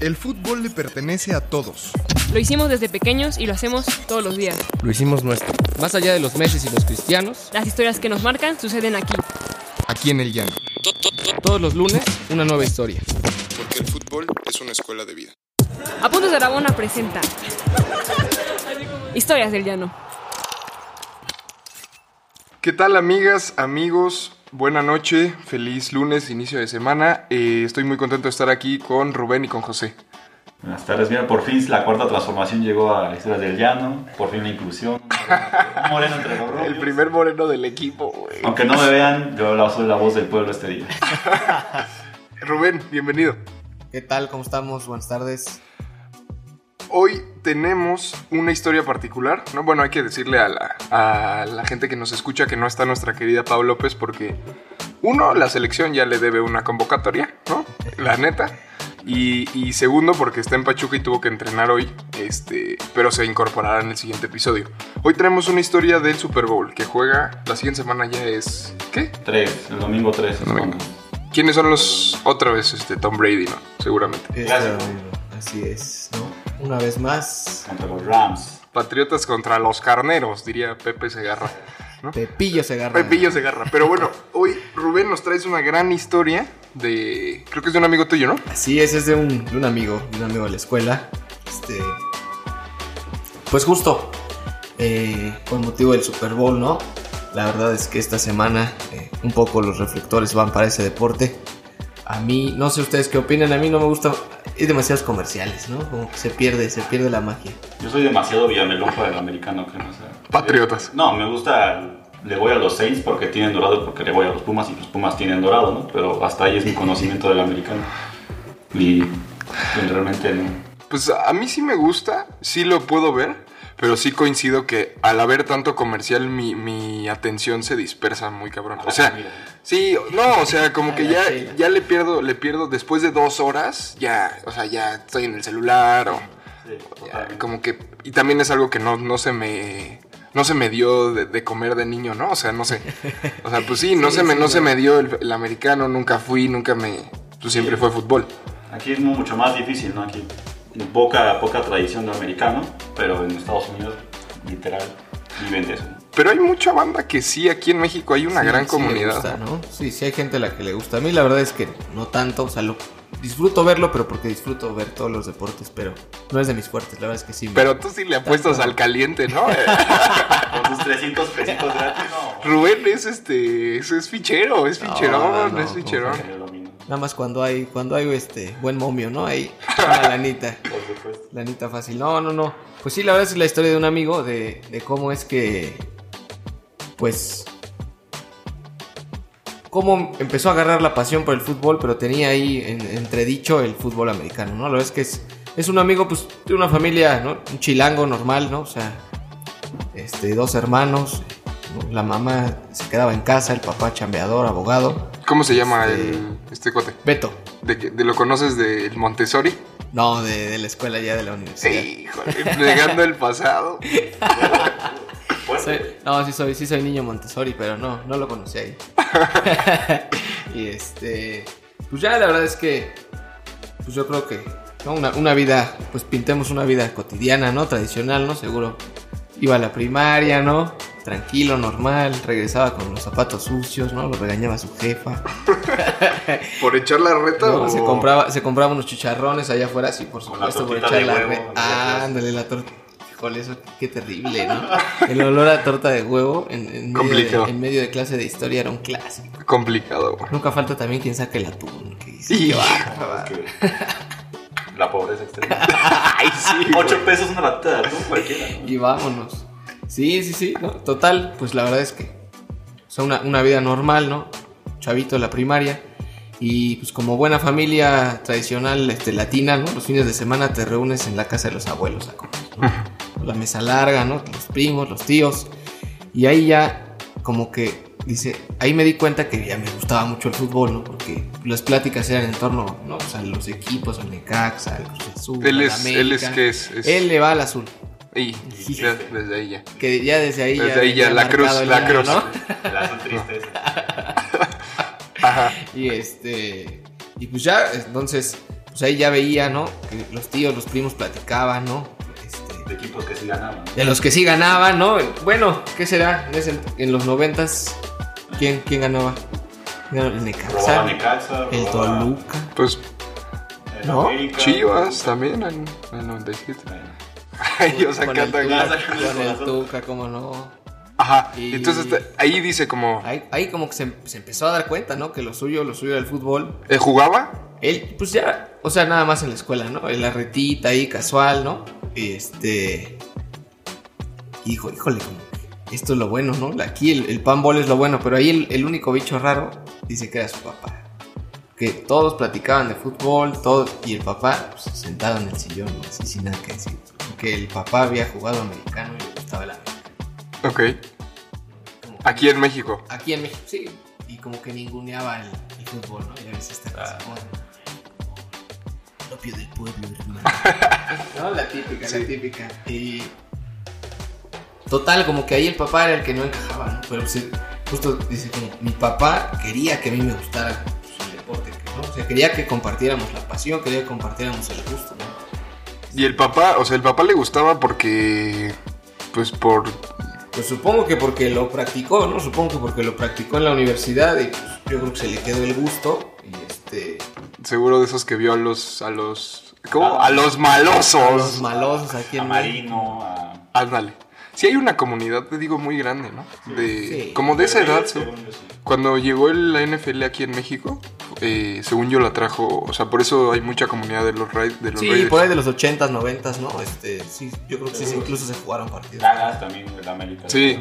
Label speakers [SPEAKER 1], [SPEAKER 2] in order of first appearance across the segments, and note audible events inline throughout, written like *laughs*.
[SPEAKER 1] El fútbol le pertenece a todos.
[SPEAKER 2] Lo hicimos desde pequeños y lo hacemos todos los días.
[SPEAKER 3] Lo hicimos nuestro.
[SPEAKER 4] Más allá de los meses y los cristianos,
[SPEAKER 2] Las historias que nos marcan suceden aquí.
[SPEAKER 1] Aquí en el llano.
[SPEAKER 4] todos los lunes, una nueva historia.
[SPEAKER 1] Porque el fútbol es una escuela de vida.
[SPEAKER 2] Apuntes de Aragona presenta Historias del Llano.
[SPEAKER 1] ¿Qué tal amigas, amigos? Buena noche, feliz lunes, inicio de semana. Eh, estoy muy contento de estar aquí con Rubén y con José.
[SPEAKER 5] Buenas tardes, mira, por fin la cuarta transformación llegó a Historias del Llano, por fin la inclusión, un moreno entre los rubios.
[SPEAKER 1] El primer moreno del equipo, güey.
[SPEAKER 5] Aunque no me vean, yo la- soy la voz del pueblo este día.
[SPEAKER 1] Rubén, bienvenido.
[SPEAKER 3] ¿Qué tal? ¿Cómo estamos? Buenas tardes.
[SPEAKER 1] Hoy tenemos una historia particular, ¿no? Bueno, hay que decirle a la, a la gente que nos escucha que no está nuestra querida Pau López porque, uno, la selección ya le debe una convocatoria, ¿no? La neta. Y, y segundo, porque está en Pachuca y tuvo que entrenar hoy, este, pero se incorporará en el siguiente episodio. Hoy tenemos una historia del Super Bowl que juega la siguiente semana ya es... ¿Qué?
[SPEAKER 5] Tres, el domingo tres.
[SPEAKER 1] Domingo. ¿Quiénes son los... otra vez este Tom Brady, ¿no? Seguramente.
[SPEAKER 3] Eh,
[SPEAKER 5] Gracias.
[SPEAKER 3] Así es, ¿no? Una vez más,
[SPEAKER 5] Contra los Rams.
[SPEAKER 1] Patriotas contra los carneros, diría Pepe Segarra.
[SPEAKER 3] Pepillo se agarra.
[SPEAKER 1] Pepillo se agarra. Pero bueno, hoy Rubén nos traes una gran historia de. Creo que es de un amigo tuyo, ¿no?
[SPEAKER 3] Así es, es de un, de un amigo, de un amigo de la escuela. Este. Pues justo, eh, con motivo del Super Bowl, ¿no? La verdad es que esta semana eh, un poco los reflectores van para ese deporte. A mí, no sé ustedes qué opinan, a mí no me gusta. Es demasiados comerciales, ¿no? Como que se pierde, se pierde la magia.
[SPEAKER 5] Yo soy demasiado villamelón para el americano, creo. o sea.
[SPEAKER 1] Patriotas.
[SPEAKER 5] No, me gusta, le voy a los Saints porque tienen dorado, porque le voy a los Pumas y los Pumas tienen dorado, ¿no? Pero hasta ahí es mi conocimiento del americano. Y y realmente no.
[SPEAKER 1] Pues a mí sí me gusta, sí lo puedo ver, pero sí coincido que al haber tanto comercial mi, mi atención se dispersa muy cabrón. O sea,
[SPEAKER 5] Mira.
[SPEAKER 1] sí, no, o sea, como que
[SPEAKER 3] A la
[SPEAKER 1] ya,
[SPEAKER 3] tela.
[SPEAKER 1] ya le pierdo, le pierdo después de dos horas, ya, o sea, ya estoy en el celular o.
[SPEAKER 5] Sí,
[SPEAKER 1] Ya,
[SPEAKER 5] totalmente.
[SPEAKER 1] eh, como que y también es algo que no, no se me no se me dio de, de comer de niño no o sea no sé o sea pues sí
[SPEAKER 3] *laughs*
[SPEAKER 1] no
[SPEAKER 3] Sí,
[SPEAKER 1] se me
[SPEAKER 3] sí,
[SPEAKER 1] no se
[SPEAKER 3] claro.
[SPEAKER 1] me dio el, el americano nunca fui nunca me pues siempre fue fútbol
[SPEAKER 5] Aquí es mu- mucho más difícil, ¿no? Aquí poca, poca tradición de americano, pero en Estados Unidos, literal, viven de eso.
[SPEAKER 1] pero hay mucha banda que sí aquí en México hay una
[SPEAKER 3] Sí,
[SPEAKER 1] gran
[SPEAKER 3] sí le
[SPEAKER 1] comunidad
[SPEAKER 3] gusta, ¿no? Sí, sí hay gente a la que le gusta. A mí la verdad es que no tanto, o sea, lo- disfruto verlo, pero porque disfruto ver todos los deportes, pero no es de mis fuertes, la verdad es que sí. me-
[SPEAKER 1] pero tú sí le apuestas al caliente no Eh,
[SPEAKER 5] Con tus 300 pesitos gratis,
[SPEAKER 1] *laughs*
[SPEAKER 5] no.
[SPEAKER 1] Rubén es este es, es fichero es
[SPEAKER 3] No,
[SPEAKER 1] ficherón
[SPEAKER 3] no, no,
[SPEAKER 1] es
[SPEAKER 3] no,
[SPEAKER 1] ficherón
[SPEAKER 5] En el domingo,
[SPEAKER 3] Nada más cuando hay, cuando hay este buen momio, ¿no? Ahí, *laughs* una lanita.
[SPEAKER 5] por supuesto.
[SPEAKER 3] La neta fácil. No, no, no. Pues sí, la verdad es la historia de un amigo de, de cómo es que. Pues. Cómo empezó a agarrar la pasión por el fútbol, pero tenía ahí en- entredicho el fútbol americano, ¿no? La verdad es que es, es un amigo, pues, de una familia, ¿no? Un chilango normal, ¿no? O sea, este, dos hermanos. ¿no? La mamá se quedaba en casa, el papá chambeador, abogado.
[SPEAKER 1] cómo se llama
[SPEAKER 3] Este-
[SPEAKER 1] el- este cote
[SPEAKER 3] Beto.
[SPEAKER 1] de, que- de lo conoces del Montessori
[SPEAKER 3] No, de, de la escuela ya de la universidad.
[SPEAKER 1] sí híjole, negando
[SPEAKER 3] *laughs*
[SPEAKER 1] el pasado
[SPEAKER 5] Fuerte.
[SPEAKER 3] Soy- no, sí soy, sí soy niño Montessori, pero no, no lo conocí ahí. y este, pues ya la verdad es que, pues yo creo que ¿no? una, una vida, pues pintemos una vida cotidiana, ¿no? Tradicional, ¿no? Seguro. Iba a la primaria, ¿no? Tranquilo, normal, regresaba con los zapatos sucios, ¿no? Lo regañaba su jefa.
[SPEAKER 1] por echar la reta
[SPEAKER 3] Luego
[SPEAKER 1] o-
[SPEAKER 3] se, compraba, se compraba unos chicharrones allá afuera, sí, por
[SPEAKER 5] Con
[SPEAKER 3] supuesto,
[SPEAKER 5] la
[SPEAKER 3] por
[SPEAKER 5] tortita
[SPEAKER 3] echar
[SPEAKER 5] de
[SPEAKER 3] la
[SPEAKER 5] huevo,
[SPEAKER 3] re-
[SPEAKER 5] ¿no?
[SPEAKER 3] Ah, ándale, la torta. Híjole, eso qué terrible, ¿no? El olor a torta de huevo en, en medio,
[SPEAKER 1] Complicado.
[SPEAKER 3] de, en medio de clase de historia era un clásico.
[SPEAKER 1] Complicado, güey.
[SPEAKER 3] Nunca falta también quien saque el atún. Que dice,
[SPEAKER 1] Sí,
[SPEAKER 3] "Qué va".
[SPEAKER 5] Ah, es que La pobreza extrema.
[SPEAKER 1] Ay,
[SPEAKER 5] *laughs*
[SPEAKER 1] sí.
[SPEAKER 5] 8 pesos una latita de atún cualquiera. ¿no?
[SPEAKER 3] Y vámonos. Sí, sí, sí. ¿no? Total, pues la verdad es que. O sea, una, una vida normal, ¿no? Chavito de la primaria. Y pues como buena familia tradicional este, latina, ¿no? Los fines de semana te reúnes en la casa de los abuelos a comer, ¿no? La mesa larga, ¿no? Los primos, los tíos. Y ahí ya, como que, dice, ahí me di cuenta que ya me gustaba mucho el fútbol, ¿no? Porque las pláticas eran en torno, ¿no? O sea, los equipos, el Necaxa, el Cruz Azul,
[SPEAKER 1] Él
[SPEAKER 3] el
[SPEAKER 1] es, él es
[SPEAKER 3] América.
[SPEAKER 1] que es. es-
[SPEAKER 3] Él le va al azul.
[SPEAKER 1] Y,
[SPEAKER 3] Sí.
[SPEAKER 1] ya, desde ahí ya.
[SPEAKER 3] Que ya desde ahí
[SPEAKER 1] Desde ahí
[SPEAKER 3] venía
[SPEAKER 1] ya, la cruz,
[SPEAKER 3] marcado el
[SPEAKER 1] la
[SPEAKER 3] año,
[SPEAKER 1] cruz.
[SPEAKER 5] El azul triste ese.
[SPEAKER 1] Ajá.
[SPEAKER 3] Y este. Y pues ya, entonces, pues ahí ya veía, ¿no? Que los tíos, los primos platicaban, ¿no? Este,
[SPEAKER 5] De equipos que sí ganaban.
[SPEAKER 3] de los que sí ganaban, ¿no? Bueno, ¿qué será? En, ese- en los noventas, ¿quién, quién ganaba? Ganó El Necaxa,
[SPEAKER 5] Robaba Necaxa,
[SPEAKER 3] el
[SPEAKER 5] robaba
[SPEAKER 3] Toluca.
[SPEAKER 1] Pues
[SPEAKER 5] el
[SPEAKER 3] ¿No?
[SPEAKER 5] América.
[SPEAKER 1] Chivas también en en el *laughs* 97.
[SPEAKER 5] Bueno,
[SPEAKER 1] Ellos
[SPEAKER 3] con el
[SPEAKER 1] encantan.
[SPEAKER 5] Ya
[SPEAKER 3] Tuca,
[SPEAKER 5] sacan el
[SPEAKER 3] con el
[SPEAKER 5] corazón.
[SPEAKER 3] Tuca, ¿cómo no?
[SPEAKER 1] Ajá.
[SPEAKER 3] Y-
[SPEAKER 1] Entonces te- ahí dice como.
[SPEAKER 3] Ahí, ahí como que se, se empezó a dar cuenta, ¿no? Que lo suyo, lo suyo era el fútbol.
[SPEAKER 1] ¿eh, ¿Jugaba?
[SPEAKER 3] Él, pues ya, o sea, nada más en la escuela, ¿no? En la retita ahí, casual, ¿no? Y este... Hijo, híjole, como que esto es lo bueno, ¿no? Aquí el, el panbol es lo bueno, pero ahí el, el único bicho raro dice que era su papá. Que todos platicaban de fútbol, todo, y el papá pues, sentado en el sillón, ¿no? así sin nada que decir. Porque el papá había jugado americano y le gustaba la
[SPEAKER 1] Ok. Aquí en México.
[SPEAKER 3] Aquí en México, sí. Y como que ninguneaba el, el fútbol, ¿no? Ya ves esta cosa. oh, Propio del pueblo, hermano. no, la típica, la típica. Y. Total, como que ahí el papá era el que no encajaba, ¿no? Pero pues, eh, justo dice como, mi papá quería que a mí me gustara pues, el deporte, que- ¿no? O sea, quería que compartiéramos la pasión, quería que compartiéramos el gusto, ¿no?
[SPEAKER 1] Y el papá, o sea, el papá le gustaba porque. Pues por.
[SPEAKER 3] Pues supongo que porque lo practicó, ¿no? Supongo que porque lo practicó en la universidad y pues, yo creo que se le quedó el gusto y este...
[SPEAKER 1] Seguro de esos que vio a los. A los. ¿Cómo?
[SPEAKER 5] Ah.
[SPEAKER 1] A los
[SPEAKER 3] a los
[SPEAKER 1] malosos.
[SPEAKER 3] malosos aquí
[SPEAKER 5] A
[SPEAKER 3] en
[SPEAKER 5] Marino, a...
[SPEAKER 1] Ándale. Sí, hay una comunidad, te digo, muy grande, ¿no? De,
[SPEAKER 3] Sí.
[SPEAKER 1] Como de esa edad. se-
[SPEAKER 5] según yo, sí.
[SPEAKER 1] Cuando llegó el- la NFL aquí en México, eh, según yo la trajo, o sea, por eso hay mucha comunidad de los, Raid- de los
[SPEAKER 3] Sí,
[SPEAKER 1] Raiders.
[SPEAKER 3] por ahí de los 80s, 90s, ¿no? Este, sí, yo creo que sí, sí, incluso se jugaron partidos.
[SPEAKER 5] Dagas también, el América.
[SPEAKER 1] Sí,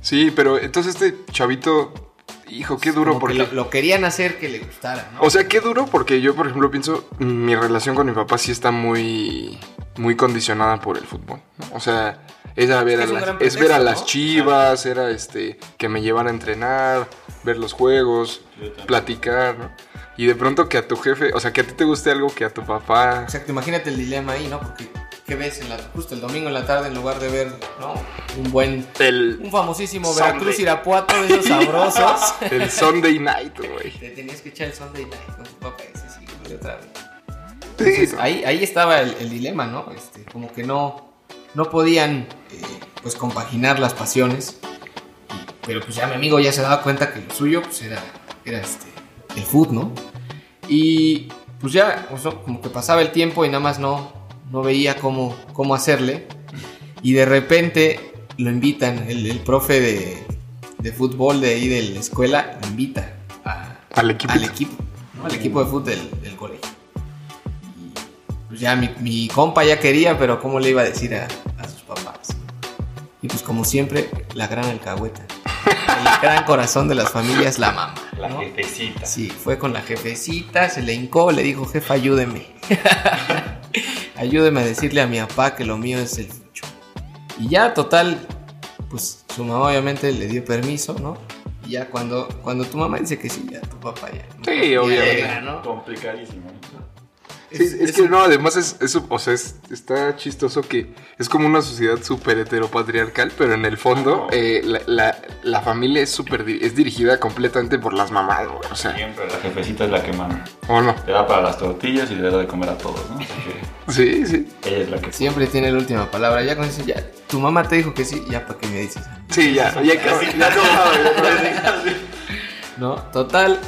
[SPEAKER 1] sí, pero entonces este chavito, hijo, qué duro
[SPEAKER 3] Como que
[SPEAKER 1] porque...
[SPEAKER 3] lo, lo querían hacer que le gustara, ¿no?
[SPEAKER 1] O sea, qué duro porque yo, por ejemplo, pienso, mi relación con mi papá sí está muy, muy condicionada por el fútbol. ¿no? O sea, era ver,
[SPEAKER 3] que es
[SPEAKER 1] a
[SPEAKER 3] un
[SPEAKER 1] las,
[SPEAKER 3] gran
[SPEAKER 1] es ver a
[SPEAKER 3] pretexto,
[SPEAKER 1] las
[SPEAKER 3] ¿no?
[SPEAKER 1] chivas, era este que me llevara a entrenar, ver los juegos,
[SPEAKER 5] Yo también.
[SPEAKER 1] platicar, ¿no? Y de pronto que a tu jefe, o sea, que a ti te guste algo que a tu papá...
[SPEAKER 3] Exacto, imagínate el dilema ahí, ¿no? Porque, ¿qué ves en la- justo el domingo en la tarde en lugar de ver, ¿no? Un buen,
[SPEAKER 1] El,
[SPEAKER 3] un famosísimo
[SPEAKER 1] Sunday.
[SPEAKER 3] Veracruz Irapuato de *laughs* esos sabrosos.
[SPEAKER 1] el Sunday night, güey.
[SPEAKER 3] Te tenías que echar el Sunday night con tu papá y dices, híjole, otra vez.
[SPEAKER 1] Sí,
[SPEAKER 3] Entonces, ahí, ahí estaba el, el dilema, ¿no? Este, como que no, no podían eh, pues compaginar las pasiones. Y- Pero pues ya mi amigo ya se daba cuenta que lo suyo pues era, era este, el food, ¿no? Y pues ya, o sea, como que pasaba el tiempo y nada más no, no veía cómo, cómo hacerle. Y de repente lo invitan, el, el profe de, de fútbol de ahí de la escuela lo invita a,
[SPEAKER 1] al equipo.
[SPEAKER 3] al equipo, ¿no? Al equipo de fútbol del, del colegio. Y, pues ya mi, mi compa ya quería, pero ¿cómo le iba a decir a, a sus papás? Y pues como siempre, la gran alcahueta. El gran corazón de las familias, la mamá.
[SPEAKER 5] La
[SPEAKER 3] ¿no?
[SPEAKER 5] jefecita.
[SPEAKER 3] Sí, fue con la jefecita, se le hincó, le dijo, jefa, ayúdeme. *laughs* ayúdeme a decirle a mi papá que lo mío es el fucho. Y ya, total, pues su mamá obviamente le dio permiso, ¿no? Y ya cuando, cuando tu mamá dice que sí, ya tu papá ya.
[SPEAKER 1] Sí,
[SPEAKER 3] ya
[SPEAKER 1] obviamente.
[SPEAKER 3] llega, ¿no?
[SPEAKER 5] Complicadísimo. ¿no?
[SPEAKER 1] Sí, es, que no, además es, es- o sea, es- está chistoso que es como una sociedad súper heteropatriarcal, pero en el fondo eh, la, la- la familia es súper di- es dirigida completamente por las mamás, güey, o sea,
[SPEAKER 5] Siempre la jefecita es la que manda.
[SPEAKER 1] ¿o no?
[SPEAKER 5] Le da para las tortillas y le da de comer a todos, ¿no? Así que
[SPEAKER 1] Sí, sí.
[SPEAKER 5] ella es la
[SPEAKER 3] *laughs*
[SPEAKER 5] que
[SPEAKER 3] Siempre tiene la última palabra. Ya con eso, ya. Tu mamá te dijo que sí, ya para qué me dices. a mí?
[SPEAKER 1] Sí, ya, ya, ya, ya *laughs* acabado, ya acabado.
[SPEAKER 3] ¿no? Total,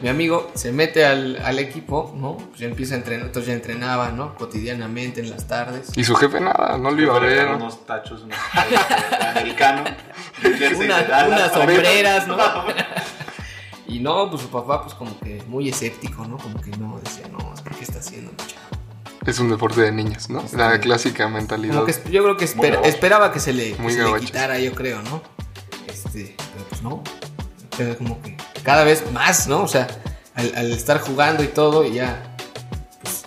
[SPEAKER 3] mi amigo se mete al, al equipo, ¿no? Pues ya empieza a entrenar, entonces ya entrenaba, ¿no? Cotidianamente en las tardes.
[SPEAKER 1] Y su jefe nada, no lo iba a
[SPEAKER 5] Le
[SPEAKER 1] ver.
[SPEAKER 5] regaló unos tachos, unos tachos de americano. un jersey
[SPEAKER 3] Una-
[SPEAKER 5] de Dallas.
[SPEAKER 3] unas sombreras,
[SPEAKER 5] *laughs*
[SPEAKER 3] ¿no? Y no, pues su papá, pues como que muy escéptico, ¿no? Como que no, decía, no, es porque está haciendo mucha.
[SPEAKER 1] Es un deporte de niños, ¿no? La clásica mentalidad.
[SPEAKER 3] Como que es- yo creo que espera-
[SPEAKER 5] gabacho.
[SPEAKER 3] esperaba que se le, que
[SPEAKER 1] Muy
[SPEAKER 3] se le
[SPEAKER 1] gabacho.
[SPEAKER 3] quitara, yo creo, ¿no? Este, pero pues no. Pero como que cada vez más, ¿no? O sea, al, al estar jugando y todo, y ya. Pues,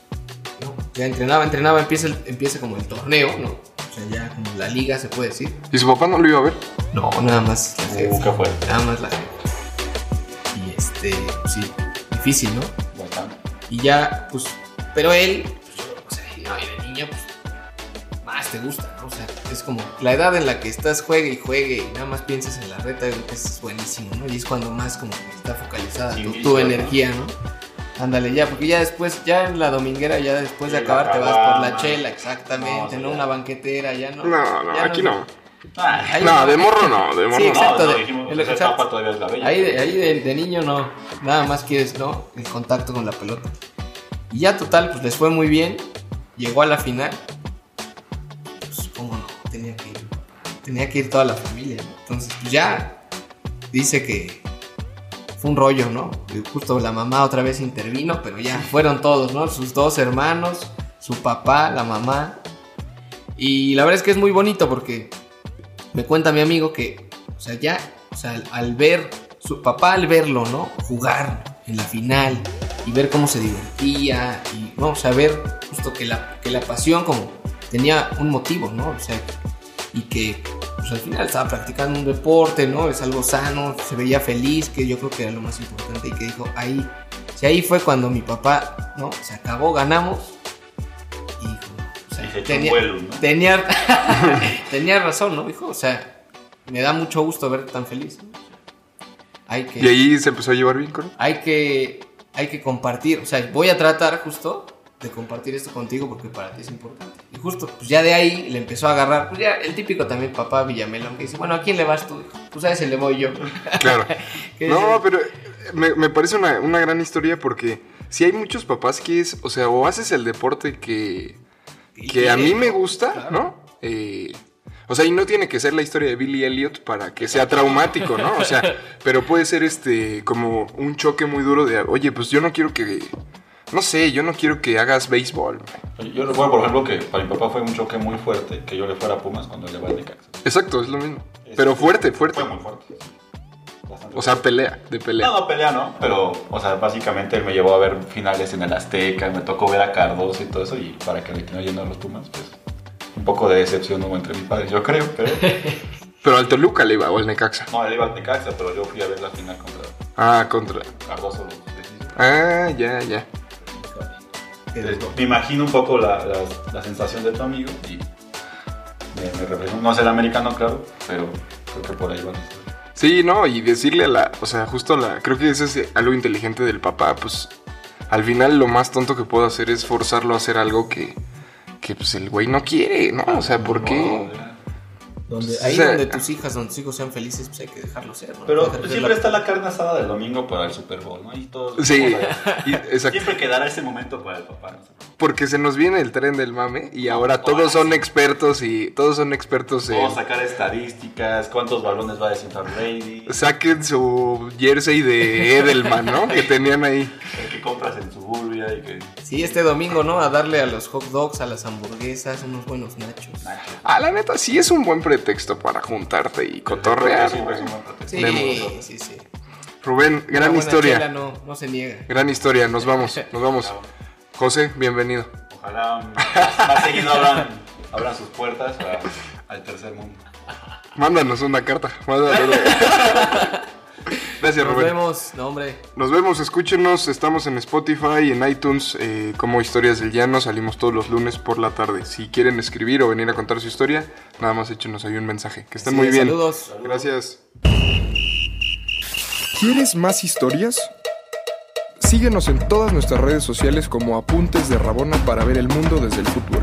[SPEAKER 3] ¿no? Ya entrenaba, entrenaba, empieza, el- empieza como el torneo, ¿no? O sea, ya como la liga se puede decir.
[SPEAKER 1] Y su papá no lo iba a ver.
[SPEAKER 3] No, nada más la jefa.
[SPEAKER 5] Uh, qué fuerte.
[SPEAKER 3] Nada más la jefa. Y este, sí, difícil, ¿no?
[SPEAKER 5] Bastante.
[SPEAKER 3] Y ya, pues, pero él, pues, yo, o sea, no, y de niño, pues, más te gusta, ¿no? O sea, es como la edad en la que estás, juegue y juegue y nada más piensas en la reta, yo creo que eso es buenísimo, ¿no? Y es cuando más como que está focalizada
[SPEAKER 5] Sí,
[SPEAKER 3] tu, tu
[SPEAKER 5] listo, ¿no?
[SPEAKER 3] energía, ¿no? Ándale, ya, porque ya después, ya en la dominguera, ya después de
[SPEAKER 5] Sí,
[SPEAKER 3] acabar,
[SPEAKER 5] la
[SPEAKER 3] te vas por la
[SPEAKER 5] caguama.
[SPEAKER 3] chela, exactamente,
[SPEAKER 5] No,
[SPEAKER 3] ¿no?
[SPEAKER 5] ya.
[SPEAKER 3] Una banquetera, ya no.
[SPEAKER 1] No, no,
[SPEAKER 3] ya
[SPEAKER 1] aquí no.
[SPEAKER 5] Ah,
[SPEAKER 3] Ahí
[SPEAKER 1] No, de morro no, de morro
[SPEAKER 3] Sí,
[SPEAKER 1] no.
[SPEAKER 5] no,
[SPEAKER 3] exacto,
[SPEAKER 5] no,
[SPEAKER 3] de-
[SPEAKER 5] dijimos,
[SPEAKER 3] de lo
[SPEAKER 5] esa
[SPEAKER 3] exacto.
[SPEAKER 5] etapa todavía es la bella.
[SPEAKER 3] Ahí, de, ahí de, de niño no, nada más quieres, ¿no? El contacto con la pelota. Y ya total, pues les fue muy bien, llegó a la final. Pues, supongo no, tenía que ir, tenía que ir toda la familia, ¿no? Entonces, pues ya dice que fue un rollo, ¿no? Y justo la mamá otra vez intervino, pero ya fueron todos, ¿no? Sus dos hermanos, su papá, la mamá. Y la verdad es que es muy bonito porque me cuenta mi amigo que, o sea, ya, o sea, al, al ver, su papá al verlo, ¿no? Jugar en la final y ver cómo se divertía y, no, o sea, ver justo que la, que la pasión como tenía un motivo, ¿no? O sea, y que, pues al final estaba practicando un deporte, ¿no? Es algo sano, se veía feliz, que yo creo que era lo más importante y que dijo, ahí, si ahí fue cuando mi papá, ¿no? Se acabó, ganamos y, dijo, o
[SPEAKER 5] Y
[SPEAKER 3] sea,
[SPEAKER 5] se echó
[SPEAKER 3] tenía,
[SPEAKER 5] un vuelo, ¿no?
[SPEAKER 3] tenía, *laughs* tenía razón, ¿no, hijo? O sea, me da mucho gusto verte tan feliz. ¿no? Hay que,
[SPEAKER 1] Y ahí se empezó a llevar bien con él.
[SPEAKER 3] hay que, hay que compartir. O sea, voy a tratar justo de compartir esto contigo porque para ti es importante. Y justo, pues ya de ahí le empezó a agarrar, pues ya el típico también papá Villamelón que dice, bueno, ¿a quién le vas tú? hijo? Pues a ese le
[SPEAKER 5] *laughs*
[SPEAKER 3] voy yo.
[SPEAKER 1] Claro.
[SPEAKER 3] ¿Qué
[SPEAKER 1] No,
[SPEAKER 3] dices?
[SPEAKER 1] pero me, me parece una, una gran historia porque si hay muchos papás que es, o sea, o haces el deporte que, que a mí me gusta, ¿no? Eh, o sea, y no tiene que ser la historia de Billy Elliot para que sea traumático, ¿no? O sea, pero puede ser este como un choque muy duro de, oye, pues yo no quiero que, no sé, yo no quiero que hagas béisbol. güey.
[SPEAKER 5] Yo recuerdo, por ejemplo, que para mi papá fue un choque muy fuerte que yo le fuera a Pumas cuando él le va a Necaxa.
[SPEAKER 1] Exacto, es lo mismo. Pero fuerte, fuerte.
[SPEAKER 5] Fue muy fuerte. Bastante
[SPEAKER 1] O sea, pelea, de pelea.
[SPEAKER 5] No, no, pelea no, pero, o sea, básicamente él me llevó a ver finales en el Azteca, me tocó ver a Cardoso y todo eso, y para que le terminó yendo a los Pumas, pues, un poco de decepción hubo entre mis padres, yo creo, pero...
[SPEAKER 1] Pero al Toluca le iba o al Necaxa.
[SPEAKER 5] No, él iba al Necaxa, pero yo fui a ver la final contra
[SPEAKER 1] Ah, contra.
[SPEAKER 5] Cardoso. los-
[SPEAKER 1] Ah, ya, ya.
[SPEAKER 5] Entonces, Me imagino un poco la, la- la sensación de tu amigo y me, me represento. No es el americano, claro, pero creo que por ahí va la historia.
[SPEAKER 1] Sí, no, y decirle a la, o sea, justo a la, creo que eso es algo inteligente del papá, pues al final lo más tonto que puedo hacer es forzarlo a hacer algo que, que pues el güey no quiere, ¿no? O sea, ¿por qué?
[SPEAKER 5] No, ya.
[SPEAKER 3] Donde,
[SPEAKER 1] Pues,
[SPEAKER 3] ahí
[SPEAKER 1] o sea,
[SPEAKER 3] donde tus hijas, donde tus hijos sean felices, pues hay que dejarlo ser. ¿no?
[SPEAKER 5] Pero
[SPEAKER 3] Dejar que
[SPEAKER 5] siempre
[SPEAKER 3] la-
[SPEAKER 5] está la carne asada del domingo para el Super Bowl, ¿no? Y todos-
[SPEAKER 1] Sí, y- *laughs* exacto.
[SPEAKER 5] Siempre quedará ese momento para el papá. ¿no?
[SPEAKER 1] Porque se nos viene el tren del mame y ahora todos son expertos y todos son expertos en...
[SPEAKER 5] Vamos a sacar estadísticas, cuántos balones va a desinflar Brady,
[SPEAKER 1] Saquen su jersey de Edelman, ¿no? Que tenían ahí.
[SPEAKER 5] el que compras en Suburbia y que...
[SPEAKER 3] Sí, este domingo, ¿no? A darle a los hot dogs, a las hamburguesas, unos buenos nachos.
[SPEAKER 5] Nacho.
[SPEAKER 1] Ah, la neta, sí es un buen pretexto para juntarte y cotorrear.
[SPEAKER 5] Siempre es un buen pretexto.
[SPEAKER 3] Sí,
[SPEAKER 1] Vemos.
[SPEAKER 3] sí, sí.
[SPEAKER 1] Rubén,
[SPEAKER 3] Una
[SPEAKER 1] gran
[SPEAKER 3] buena
[SPEAKER 1] historia.
[SPEAKER 3] chela no, no se niega.
[SPEAKER 1] Gran historia,
[SPEAKER 3] *laughs*
[SPEAKER 1] nos vamos, nos vamos. José, bienvenido.
[SPEAKER 5] Ojalá más, más seguido abran, abran sus puertas a- al tercer mundo.
[SPEAKER 1] Mándanos una carta.
[SPEAKER 3] *laughs*
[SPEAKER 1] mándanos- Gracias,
[SPEAKER 3] Nos
[SPEAKER 1] Rubén.
[SPEAKER 3] vemos, no, hombre.
[SPEAKER 1] Nos vemos, escúchenos. Estamos en Spotify, en iTunes, eh, como Historias del Llano. Salimos todos los lunes por la tarde. Si quieren escribir o venir a contar su historia, nada más échenos ahí un mensaje. Que estén
[SPEAKER 3] Sí,
[SPEAKER 1] muy bien.
[SPEAKER 3] Saludos.
[SPEAKER 1] Gracias. ¿Quieres más historias? Síguenos en todas nuestras redes sociales como Apuntes de Rabona para ver el mundo desde el fútbol.